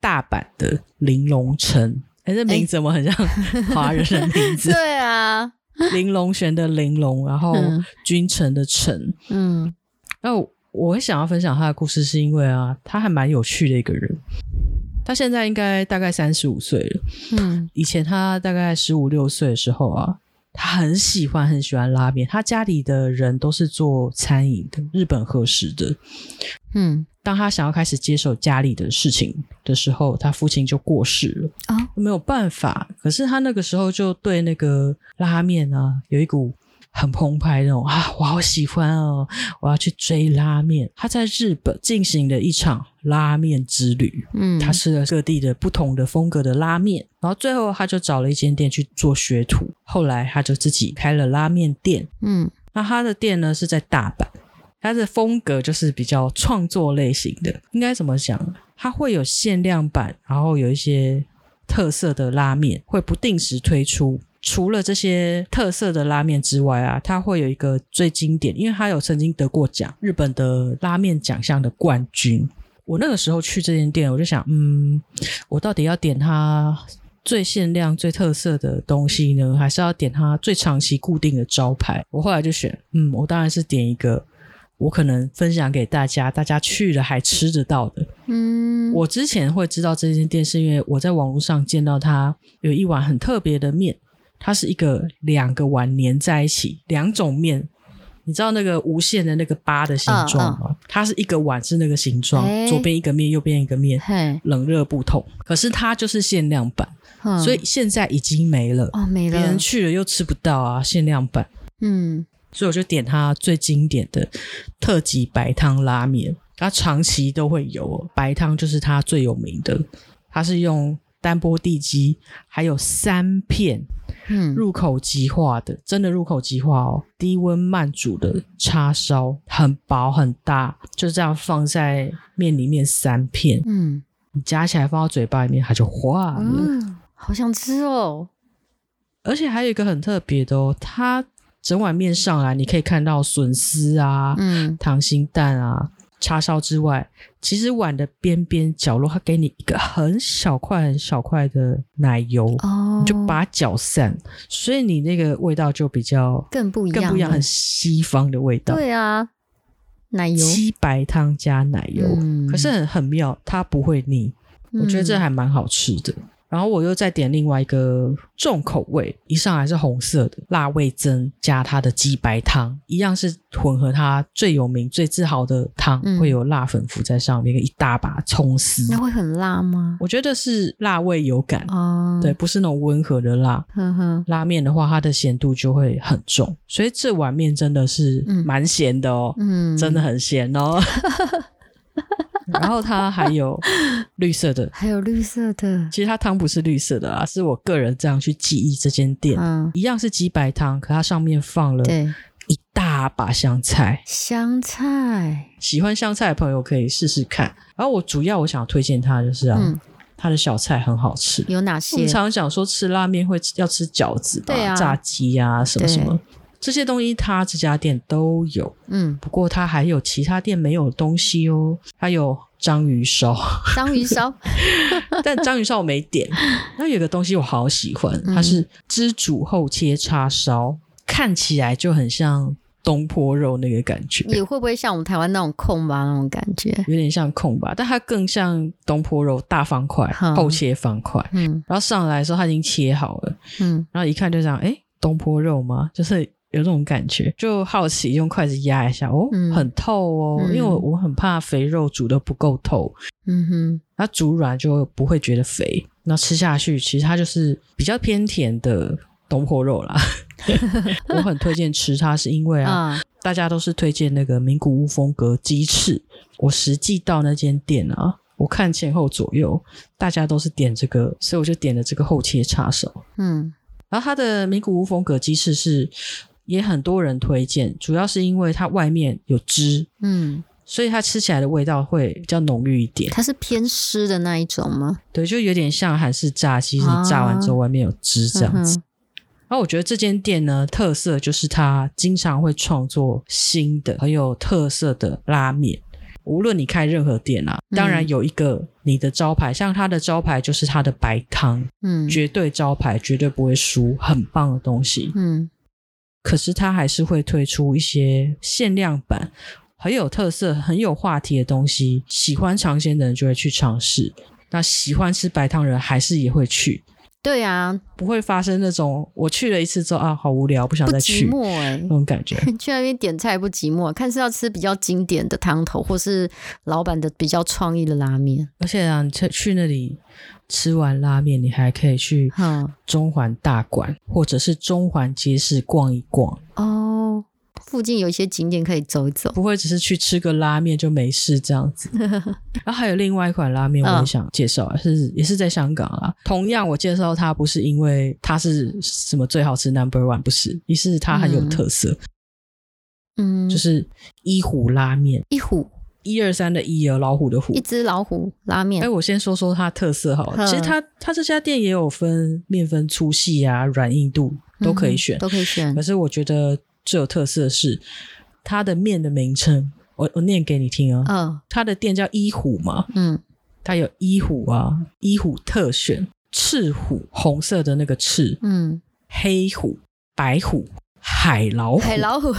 Speaker 1: 大阪的玲珑城，哎、这名字怎么很像华人的名字？
Speaker 2: 对啊，
Speaker 1: 玲珑轩的玲珑，然后
Speaker 2: 嗯
Speaker 1: 君臣的臣。
Speaker 2: 嗯，
Speaker 1: 那我我会想要分享他的故事，是因为啊，他还蛮有趣的一个人。他现在应该大概三十五岁了，
Speaker 2: 嗯，
Speaker 1: 以前他大概十五六岁的时候啊，他很喜欢很喜欢拉面。他家里的人都是做餐饮的，日本和食的。
Speaker 2: 嗯，
Speaker 1: 当他想要开始接手家里的事情的时候，他父亲就过世了，
Speaker 2: 啊，
Speaker 1: 没有办法。可是他那个时候就对那个拉面啊，有一股很澎湃那种啊，我好喜欢哦，我要去追拉面。他在日本进行了一场拉面之旅。
Speaker 2: 嗯，
Speaker 1: 他吃了各地的不同的风格的拉面，然后最后他就找了一间店去做学徒，后来他就自己开了拉面店。
Speaker 2: 嗯，
Speaker 1: 那他的店呢是在大阪，他的风格就是比较创作类型的，应该怎么讲呢？它会有限量版，然后有一些特色的拉面会不定时推出。除了这些特色的拉面之外啊，它会有一个最经典，因为它有曾经得过奖，日本的拉面奖项的冠军。我那个时候去这间店，我就想，嗯，我到底要点它最限量、最特色的东西呢，还是要点它最长期固定的招牌？我后来就选，嗯，我当然是点一个我可能分享给大家，大家去了还吃得到的。
Speaker 2: 嗯，
Speaker 1: 我之前会知道这间店，是因为我在网络上见到它有一碗很特别的面，它是一个两个碗粘在一起，两种面。你知道那个无限的那个八的形
Speaker 2: 嗯
Speaker 1: 状吗？它是一个碗是那个形状，
Speaker 2: 哎
Speaker 1: 左边一个面，右边一个面，
Speaker 2: 嘿，
Speaker 1: 冷热不同。可是它就是限量版，
Speaker 2: 嗯
Speaker 1: 所以现在已经没了，
Speaker 2: 哦没
Speaker 1: 别
Speaker 2: 了
Speaker 1: 人，去了又吃不到啊，限量版。
Speaker 2: 嗯
Speaker 1: 所以我就点它最经典的特级白汤拉面，它长期都会有哦白汤，就是它最有名的。它是用单波地鸡，还有三片
Speaker 2: 嗯，
Speaker 1: 入口即化的，真的入口即化哦，低温慢煮的叉烧，很薄很大，就这样放在面里面三片，
Speaker 2: 嗯
Speaker 1: 你夹起来放到嘴巴里面，它就化了。
Speaker 2: 嗯，好想吃哦，
Speaker 1: 而且还有一个很特别的哦，它整碗面上来，你可以看到笋丝啊，
Speaker 2: 嗯
Speaker 1: 溏心蛋啊、叉烧之外，其实碗的边边角落，它给你一个很小块、很小块的奶油，
Speaker 2: 哦，
Speaker 1: 你就把它搅散，所以你那个味道就比较
Speaker 2: 更不一样，
Speaker 1: 更不一样，很西方的味道。
Speaker 2: 对啊，奶油，
Speaker 1: 鸡白汤加奶油，
Speaker 2: 嗯
Speaker 1: 可是很很妙，它不会腻，我觉得这
Speaker 2: 嗯
Speaker 1: 还蛮好吃的。然后我又再点另外一个重口味，一上来是红色的辣味增加它的鸡白汤，一样是混合它最有名、最自豪的汤，
Speaker 2: 嗯
Speaker 1: 会有辣粉浮在上面，跟一大把葱丝
Speaker 2: 那。会很辣吗？
Speaker 1: 我觉得是辣味有感，
Speaker 2: 哦，
Speaker 1: 嗯对，，不是那种温和的辣。
Speaker 2: 呵呵，
Speaker 1: 拉面的话，它的咸度就会很重，所以这碗面真的是
Speaker 2: 嗯
Speaker 1: 蛮咸的哦。
Speaker 2: 嗯，
Speaker 1: 真的，很咸哦。 然后它还有绿色的，
Speaker 2: 还有绿色的，
Speaker 1: 其实它汤不是绿色的啦，是我个人这样去记忆这间店，
Speaker 2: 嗯，
Speaker 1: 一样是鸡白汤，可它上面放了
Speaker 2: 对，
Speaker 1: 一大把香菜。
Speaker 2: 香菜，
Speaker 1: 喜欢香菜的朋友可以试试看。然后我主要我想推荐它就是啊，
Speaker 2: 嗯，
Speaker 1: 它的小菜很好吃。
Speaker 2: 有哪
Speaker 1: 我们
Speaker 2: 些？
Speaker 1: 常讲说吃拉面会吃要吃饺子吧、
Speaker 2: 对啊
Speaker 1: 炸鸡啊什么什么
Speaker 2: 对
Speaker 1: 这些东西，它这家店都有。
Speaker 2: 嗯，
Speaker 1: 不过它还有其他店没有的东西哦，它有章鱼烧，
Speaker 2: 章鱼烧，
Speaker 1: 但章鱼烧我没点。那有个东西我好
Speaker 2: 嗯
Speaker 1: 喜欢，它是汁煮后切叉烧，看起来就很像东坡肉那个感觉，
Speaker 2: 你会不会像我们台湾那种控吧那种感觉？
Speaker 1: 有点像空吧，但它更像东坡肉大方块、
Speaker 2: 嗯
Speaker 1: 厚切方块。
Speaker 2: 嗯
Speaker 1: 然后上来的时候它已经切好了，
Speaker 2: 嗯，
Speaker 1: 然后一看就想，哎，东坡肉吗？就是有这种感觉，就好奇用筷子压一下，哦，
Speaker 2: 嗯
Speaker 1: 很透哦，
Speaker 2: 嗯
Speaker 1: 因为我我很怕肥肉煮的不够透，
Speaker 2: 嗯哼，
Speaker 1: 它煮软就不会觉得肥，那吃下去其实它就是比较偏甜的东坡肉啦。 我很推荐吃它，是因为啊，
Speaker 2: 啊，
Speaker 1: 大家都是推荐那个名古屋风格鸡翅，我实际到那间店啊。我看前后左右，大家都是点这个，所以我就点了这个厚切叉烧。
Speaker 2: 嗯
Speaker 1: 然后它的名古屋风格鸡翅是也很多人推荐，主要是因为它外面有汁，
Speaker 2: 嗯，
Speaker 1: 所以它吃起来的味道会比较浓郁一点。
Speaker 2: 它是偏湿的那一种吗？
Speaker 1: 对，就有点像韩式炸鸡，是
Speaker 2: 啊
Speaker 1: 炸完之后外面有汁这样子。
Speaker 2: 嗯哼
Speaker 1: 然后我觉得这间店呢，特色就是它经常会创作新的、很有特色的拉面。无论你开任何店啊，当然
Speaker 2: 嗯
Speaker 1: 有一个你的招牌，像它的招牌就是它的白汤，
Speaker 2: 嗯
Speaker 1: 绝对招牌，绝对不会输，很棒的东西。
Speaker 2: 嗯
Speaker 1: 可是它还是会推出一些限量版，很有特色、很有话题的东西。喜欢尝鲜的人就会去尝试，那喜欢吃白汤人还是也会去，
Speaker 2: 对啊，
Speaker 1: 不会发生那种我去了一次之后啊，好无聊，不想
Speaker 2: 不
Speaker 1: 再
Speaker 2: 寂
Speaker 1: 去
Speaker 2: 寞哎、
Speaker 1: 那种感觉。
Speaker 2: 去那边点菜不寂寞，啊看是要吃比较经典的汤头，或是老板的比较创意的拉面。
Speaker 1: 而且啊，你去去那里吃完拉面，你还可以去
Speaker 2: 嗯
Speaker 1: 中环大馆或者是中环街市逛一逛，
Speaker 2: 哦，附近有一些景点可以走一走。
Speaker 1: 不会只是去吃个拉面就没事这样 子。然后还有另外一款拉面，我也
Speaker 2: 嗯
Speaker 1: 想介绍，啊是也是在香港啦。同样，我介绍它不是因为它是什么最好吃 number one，不是，一是它很有
Speaker 2: 嗯
Speaker 1: 特色，
Speaker 2: 嗯，
Speaker 1: 就是一虎拉面，
Speaker 2: 一虎
Speaker 1: 一二三的一哦，老虎的虎
Speaker 2: 一。只老虎拉
Speaker 1: 哎、
Speaker 2: 面。
Speaker 1: 我先说说它特色好了。
Speaker 2: 嗯
Speaker 1: 其实它它这家店也有分面分粗细啊、软硬度都可以选
Speaker 2: 嗯，都可以选
Speaker 1: 可。是我觉得最有特色的是它的面的名称，我我念给你听啊。
Speaker 2: 嗯
Speaker 1: 它的店叫一虎嘛，
Speaker 2: 嗯
Speaker 1: 它有一虎啊，一虎特选、赤虎，红色的那个赤，
Speaker 2: 嗯，
Speaker 1: 黑虎、白虎、海老虎，呃
Speaker 2: 海老虎，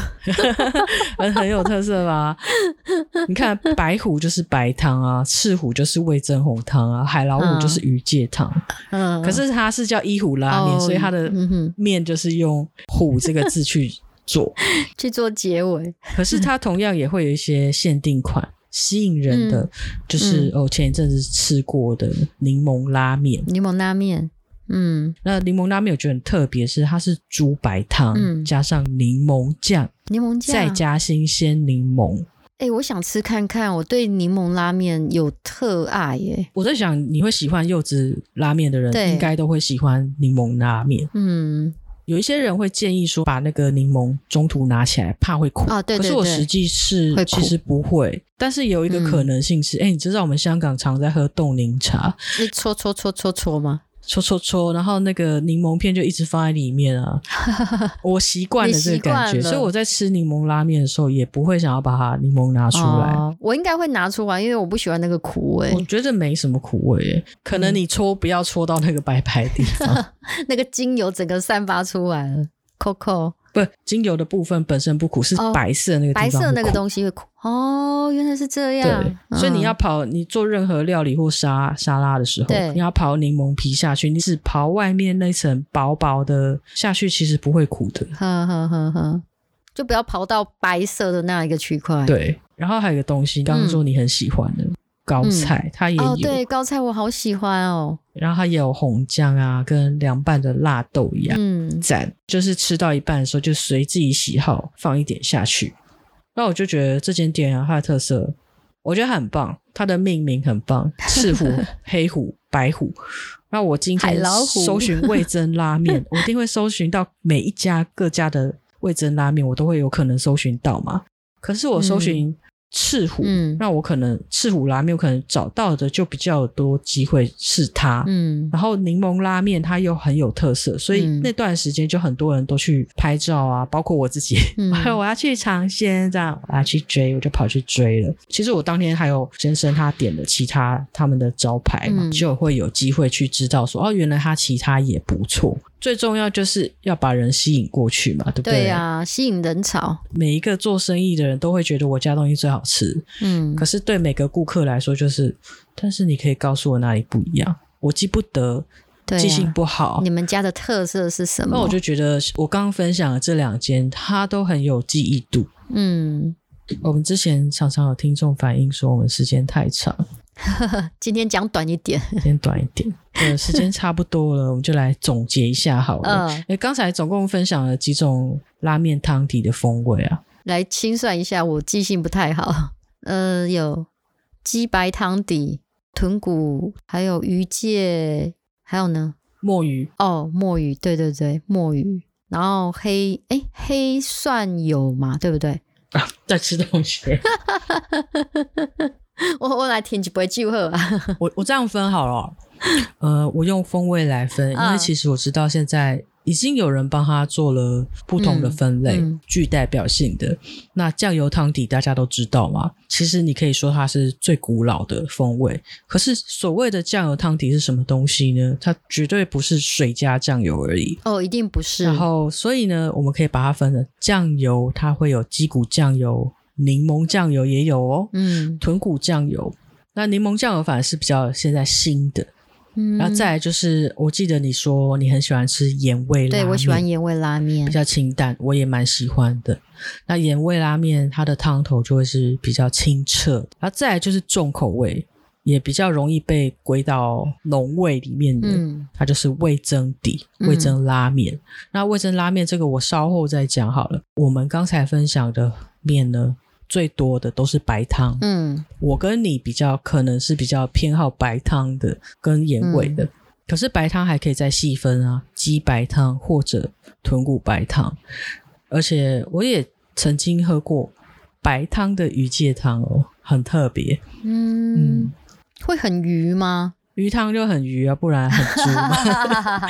Speaker 1: 很很有特色吧？ 你看，白虎就是白汤啊，赤虎就是味噌红汤啊，海老虎就是鱼介汤。
Speaker 2: 嗯，
Speaker 1: 可是它是叫一虎拉面，
Speaker 2: 哦
Speaker 1: 所以它的
Speaker 2: 嗯哼
Speaker 1: 面就是用“虎”这个字去做。
Speaker 2: 去做结尾。
Speaker 1: 可是它同样也会有一些限定款。吸引人的、
Speaker 2: 嗯
Speaker 1: 就是、哦，前一阵子吃过的柠檬拉面，
Speaker 2: 柠檬拉面，嗯，
Speaker 1: 那柠檬拉面我觉得很特别，是它是猪白汤、
Speaker 2: 嗯
Speaker 1: 加上柠檬酱，
Speaker 2: 柠檬酱，
Speaker 1: 再加新鲜柠檬。
Speaker 2: 哎、我想吃看看，我对柠檬拉面有特爱耶。
Speaker 1: 我在想，你会喜欢柚子拉面的人，
Speaker 2: 对
Speaker 1: 应该都会喜欢柠檬拉面。
Speaker 2: 嗯，
Speaker 1: 有一些人会建议说，把那个柠檬中途拿起来，怕会苦。
Speaker 2: 哦对
Speaker 1: 可是
Speaker 2: 对
Speaker 1: 我
Speaker 2: 对
Speaker 1: 实际是
Speaker 2: 会苦嗯
Speaker 1: 其实不会，但是有一个可能性是，哎、你知道我们香港常在喝冻柠茶，
Speaker 2: 那搓搓搓搓搓吗？
Speaker 1: 戳戳戳，然后那个柠檬片就一直放在里面 啊。我习惯了这个感觉，
Speaker 2: 你习惯了
Speaker 1: 所以我在吃柠檬拉面的时候，也不会想要把它柠檬拿出来。
Speaker 2: 哦，我应该会拿出来，因为我不喜欢那个苦味
Speaker 1: 我，觉得没什么苦味耶，可
Speaker 2: 嗯
Speaker 1: 能你戳不要戳到那个白白的地 方。
Speaker 2: 那个精油整个散发出来了。Coco，
Speaker 1: 不，精油的部分本身不苦，是
Speaker 2: 哦
Speaker 1: 白色那个地方
Speaker 2: 白
Speaker 1: 不苦、
Speaker 2: 色那个东西会苦。哦，原来是这样
Speaker 1: 对，。
Speaker 2: 嗯
Speaker 1: 所以你要刨，你做任何料理或沙沙拉的时候
Speaker 2: 对，
Speaker 1: 你要刨柠檬皮下去，你只刨外面那层薄薄的下去，其实不会苦的。
Speaker 2: 呵呵呵呵，就不要刨到白色的那一个区块。，
Speaker 1: 对，然后还有一个东西，刚刚说你很喜欢的、高菜，它也有，
Speaker 2: 哦，对，高菜我好喜欢哦。
Speaker 1: 然后它也有红酱啊，跟凉拌的辣豆芽，
Speaker 2: 嗯
Speaker 1: 赞、就是吃到一半的时候就随自己喜好放一点下去。那我就觉得这间店啊，它的特色，我觉得它很棒，它的命名很棒，赤 虎、黑虎、白虎。那我今
Speaker 2: 海
Speaker 1: 天
Speaker 2: 老虎
Speaker 1: 搜寻味增拉 面，我一定会搜寻到每一家各家的味增拉面，我都会有可能搜寻到嘛。可是我搜寻赤虎，
Speaker 2: 嗯
Speaker 1: 那我可能赤虎拉面，我可能找到的就比较多机会是它。
Speaker 2: 嗯
Speaker 1: 然后柠檬拉面它又很有特色，所以
Speaker 2: 嗯
Speaker 1: 那段时间就很多人都去拍照啊，包括我自己。
Speaker 2: 嗯
Speaker 1: 还有我要去尝鲜，这样我要去追，我就跑去追了。其实我当天还有先生他点了其他他们的招牌嘛，
Speaker 2: 嗯
Speaker 1: 就会有机会去知道说哦，原来他其他也不错。最重要就是要把人吸引过去嘛，对不
Speaker 2: 对啊呀、吸引人潮，
Speaker 1: 每一个做生意的人都会觉得我家东西最好吃，
Speaker 2: 嗯
Speaker 1: 可是对每个顾客来说就是，但是你可以告诉我哪里不一样，我记不得，
Speaker 2: 对、
Speaker 1: 记性
Speaker 2: 啊，
Speaker 1: 不好哦
Speaker 2: 你。们家的特色是什么？
Speaker 1: 那我就觉得我刚刚分享的这两间，它都很有记忆度。
Speaker 2: 嗯，
Speaker 1: 我们之前常常有听众反映说，我们时间太长，
Speaker 2: 今天讲短一点，
Speaker 1: 时间短一点。呃，时间差不多了，我们就来总结一下好了。
Speaker 2: 嗯，
Speaker 1: 诶，刚才总共分享了几种拉面汤底的风味啊，
Speaker 2: 来清算一下，我记性不太好。呃，有鸡白汤底、豚骨，还有鱼介，还有呢，
Speaker 1: 墨鱼、
Speaker 2: 哦，墨鱼，对对对，墨鱼。然后黑哎黑蒜有嘛，对不对？
Speaker 1: 啊、在吃东西。
Speaker 2: 我我来填几杯酒喝啊。
Speaker 1: 我我这样分好了，哦呃，我用风味来分，因为
Speaker 2: 嗯
Speaker 1: 其实我知道现在已经有人帮他做了不同的分类，
Speaker 2: 嗯嗯
Speaker 1: 具代表性的。那酱油汤底大家都知道嘛，其实你可以说它是最古老的风味。可是所谓的酱油汤底是什么东西呢？它绝对不是水加酱油而已。
Speaker 2: 哦，一定不是。
Speaker 1: 然后，所以呢，我们可以把它分成酱油，它会有鸡骨酱油、柠檬酱油也有哦，
Speaker 2: 嗯
Speaker 1: 豚骨酱油。那柠檬酱油反而是比较现在新的，
Speaker 2: 嗯，
Speaker 1: 然后再来就是，我记得你说你很喜欢吃盐味拉面，
Speaker 2: 嗯对我喜欢盐味拉面
Speaker 1: 比。较清淡，我也蛮喜欢的。那盐味拉面它的汤头就会是比较清澈，然后再来就是重口味，也比较容易被归到浓味里面的。
Speaker 2: 嗯
Speaker 1: 它就是味增底、
Speaker 2: 嗯
Speaker 1: 味增拉面。那味增拉面这个我稍后再讲好了。我们刚才分享的面呢，最多的都是白汤。
Speaker 2: 嗯
Speaker 1: 我跟你比较可能是比较偏好白汤的跟盐味
Speaker 2: 嗯
Speaker 1: 的，可是白汤还可以再细分啊，鸡白汤或者豚骨白汤，而且我也曾经喝过白汤的鱼介汤哦，很特别，
Speaker 2: 嗯，会很鱼 吗？
Speaker 1: 鱼汤就很鱼啊，不然很猪嘛。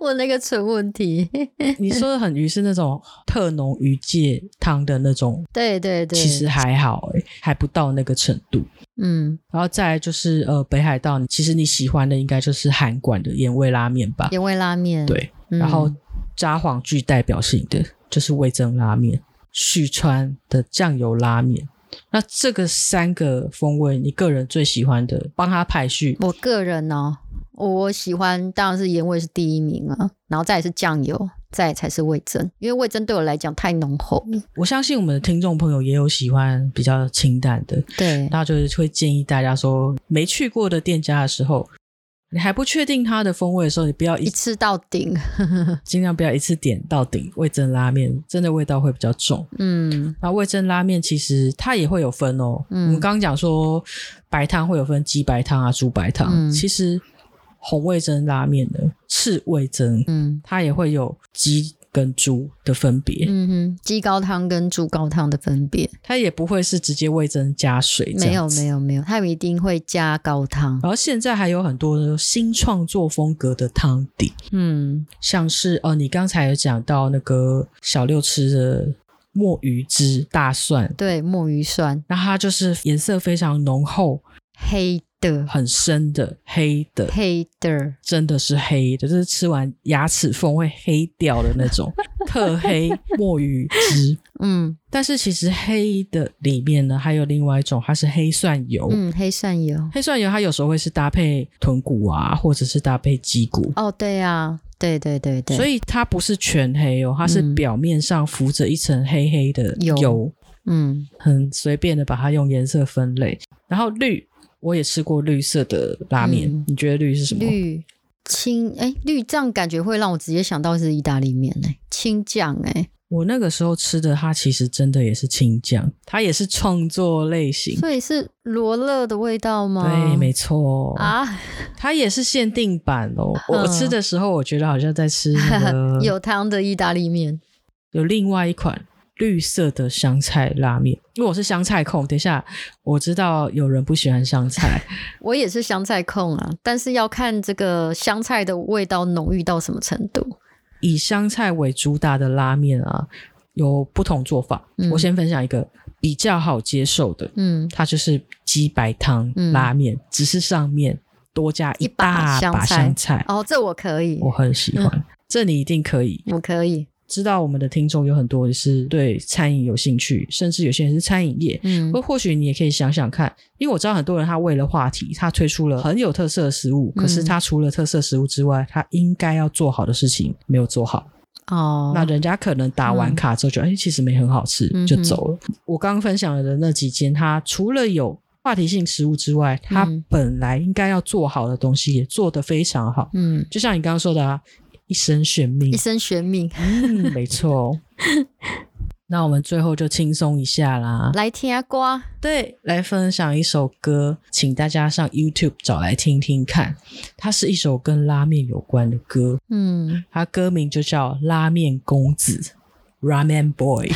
Speaker 2: 我那个蠢问题。
Speaker 1: 你说的很鱼是那种特浓鱼介汤的那种，
Speaker 2: 对对对，
Speaker 1: 其实还好、欸，还不到那个程度。
Speaker 2: 嗯，
Speaker 1: 然后再来就是呃，北海道，其实你喜欢的应该就是韩馆的盐味拉面吧？
Speaker 2: 盐味拉面。
Speaker 1: 对，
Speaker 2: 嗯，
Speaker 1: 然后札幌具代表性的就是味增拉面、旭川的酱油拉面。那这个三个风味，你个人最喜欢的，帮它排序。
Speaker 2: 我个人呢、我喜欢当然是盐味是第一名啊，然后再来是酱油，再来才是味增，因为味增对我来讲太浓厚了。
Speaker 1: 我相信我们的听众朋友也有喜欢比较清淡的，
Speaker 2: 对，
Speaker 1: 那就是会建议大家说，没去过的店家的时候，你还不确定它的风味的时候，你不要
Speaker 2: 一
Speaker 1: 一
Speaker 2: 次到顶。
Speaker 1: 尽量不要一次点到顶。味增拉面真的味道会比较重。
Speaker 2: 嗯
Speaker 1: 那味噌拉面其实它也会有分哦。
Speaker 2: 嗯
Speaker 1: 我们刚刚讲说白汤会有分鸡白汤啊、猪白汤，
Speaker 2: 嗯
Speaker 1: 其实红味噌拉面呢，赤味噌
Speaker 2: 嗯
Speaker 1: 它也会有鸡跟猪的分别，
Speaker 2: 嗯哼，鸡高汤跟猪高汤的分别
Speaker 1: 它也不会是直接味噌加水这
Speaker 2: 没有
Speaker 1: 样子。
Speaker 2: 没有没有，他们一定会加高汤。
Speaker 1: 然后现在还有很多新创作风格的汤底，
Speaker 2: 嗯
Speaker 1: 像是哦，你刚才有讲到那个小六吃的墨鱼汁大蒜，
Speaker 2: 对，墨鱼蒜
Speaker 1: 那它就是颜色非常浓厚，
Speaker 2: 黑的
Speaker 1: 很深的黑的，
Speaker 2: 黑的，
Speaker 1: 真的是黑的，就是吃完牙齿缝会黑掉的那 种特黑墨鱼汁。
Speaker 2: 嗯
Speaker 1: 但是其实黑的里面呢，还有另外一种，它是黑蒜油。
Speaker 2: 嗯，黑蒜油。
Speaker 1: 黑蒜油它有时候会是搭配豚骨啊，或者是搭配鸡骨，
Speaker 2: 哦，对啊，对对对对，
Speaker 1: 所
Speaker 2: 以
Speaker 1: 以它不是全黑哦，它是
Speaker 2: 嗯
Speaker 1: 表面上浮着一层黑黑的
Speaker 2: 油
Speaker 1: 油
Speaker 2: 嗯
Speaker 1: 很随便的把它用颜色分类。然后绿，我也吃过绿色的拉面，
Speaker 2: 嗯
Speaker 1: 你觉得绿是什么？
Speaker 2: 绿青哎绿酱感觉会让我直接想到是意大利面哎、青酱哎、
Speaker 1: 我那个时候吃的，它其实真的也是青酱，它也是创作类型。
Speaker 2: 所以是罗勒的味道吗？
Speaker 1: 对，没错，哦
Speaker 2: 啊，
Speaker 1: 它也是限定版哦。我
Speaker 2: 嗯
Speaker 1: 我吃的 时候，我觉得好像在吃那个
Speaker 2: 有汤的意大利面，
Speaker 1: 有另外一款，绿色的香菜拉面，因为我是香菜控。等一下，我知道有人不喜欢香菜，
Speaker 2: 我也是香菜控啊，但是要看这个香菜的味道浓郁到什么程度。
Speaker 1: 以香菜为主打的拉面啊，有不同做法。
Speaker 2: 嗯
Speaker 1: 我先分享一个比较好接受的，
Speaker 2: 嗯，
Speaker 1: 它就是鸡白汤
Speaker 2: 嗯
Speaker 1: 拉面，只是上面多加
Speaker 2: 一把
Speaker 1: 大
Speaker 2: 香
Speaker 1: 把
Speaker 2: 菜嗯
Speaker 1: 香菜，
Speaker 2: 哦，这我可以，
Speaker 1: 我很喜欢。这你一定可以，
Speaker 2: 我可以，
Speaker 1: 知道我们的听众有很多是对餐饮有兴趣，甚至有些人是餐饮业。
Speaker 2: 嗯
Speaker 1: 或或许你也可以想想看，因为我知道很多人他为了话题，他推出了很有特色的食物，
Speaker 2: 嗯
Speaker 1: 可是他除了特色食物之外，他应该要做好的事情没有做好，
Speaker 2: 哦，嗯
Speaker 1: 那人家可能打完卡之后觉得，哎、其实没很好吃
Speaker 2: 嗯哼，
Speaker 1: 就走了。我刚刚分享的那几间，它除了有话题性食物之外，它
Speaker 2: 嗯
Speaker 1: 本来应该要做好的东西也做得非常好，
Speaker 2: 嗯，
Speaker 1: 就像你刚刚说的啊，一生悬命
Speaker 2: 一，生悬命，
Speaker 1: 嗯，没 错。那我们最后就轻松一下啦，
Speaker 2: 来听下瓜，
Speaker 1: 对，来分享一首歌，请大家上 YouTube 找来听听看。它是一首跟拉面有关的歌，
Speaker 2: 嗯，
Speaker 1: 它歌名就叫《拉面公子》（Ramen Boy）。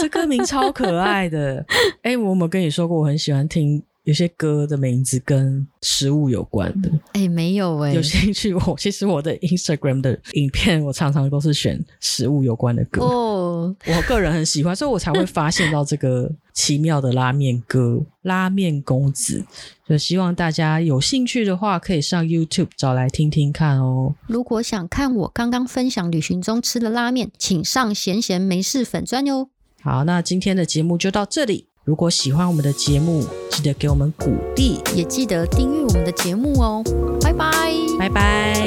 Speaker 1: 这歌名超可爱的。哎、我有没有跟你说过，我很喜欢听有些歌的名字跟食物有关的？
Speaker 2: 哎、没有哎、
Speaker 1: 有兴趣我，其实我的 Instagram 的影片，我常常都是选食物有关的歌。
Speaker 2: 哦，
Speaker 1: 我个人很喜欢，所以我才会发现到这个奇妙的拉面歌《拉面公子》，所以希望大家有兴趣的话，可以上 YouTube 找来听听看哦。
Speaker 2: 如果想看我刚刚分享旅行中吃的拉面，请上闲闲没事粉专哟。
Speaker 1: 好，那今天的节目就到这里。如果喜欢我们的节目，记得给我们鼓励，
Speaker 2: 也记得订阅我们的节目哦，拜拜。
Speaker 1: 拜拜。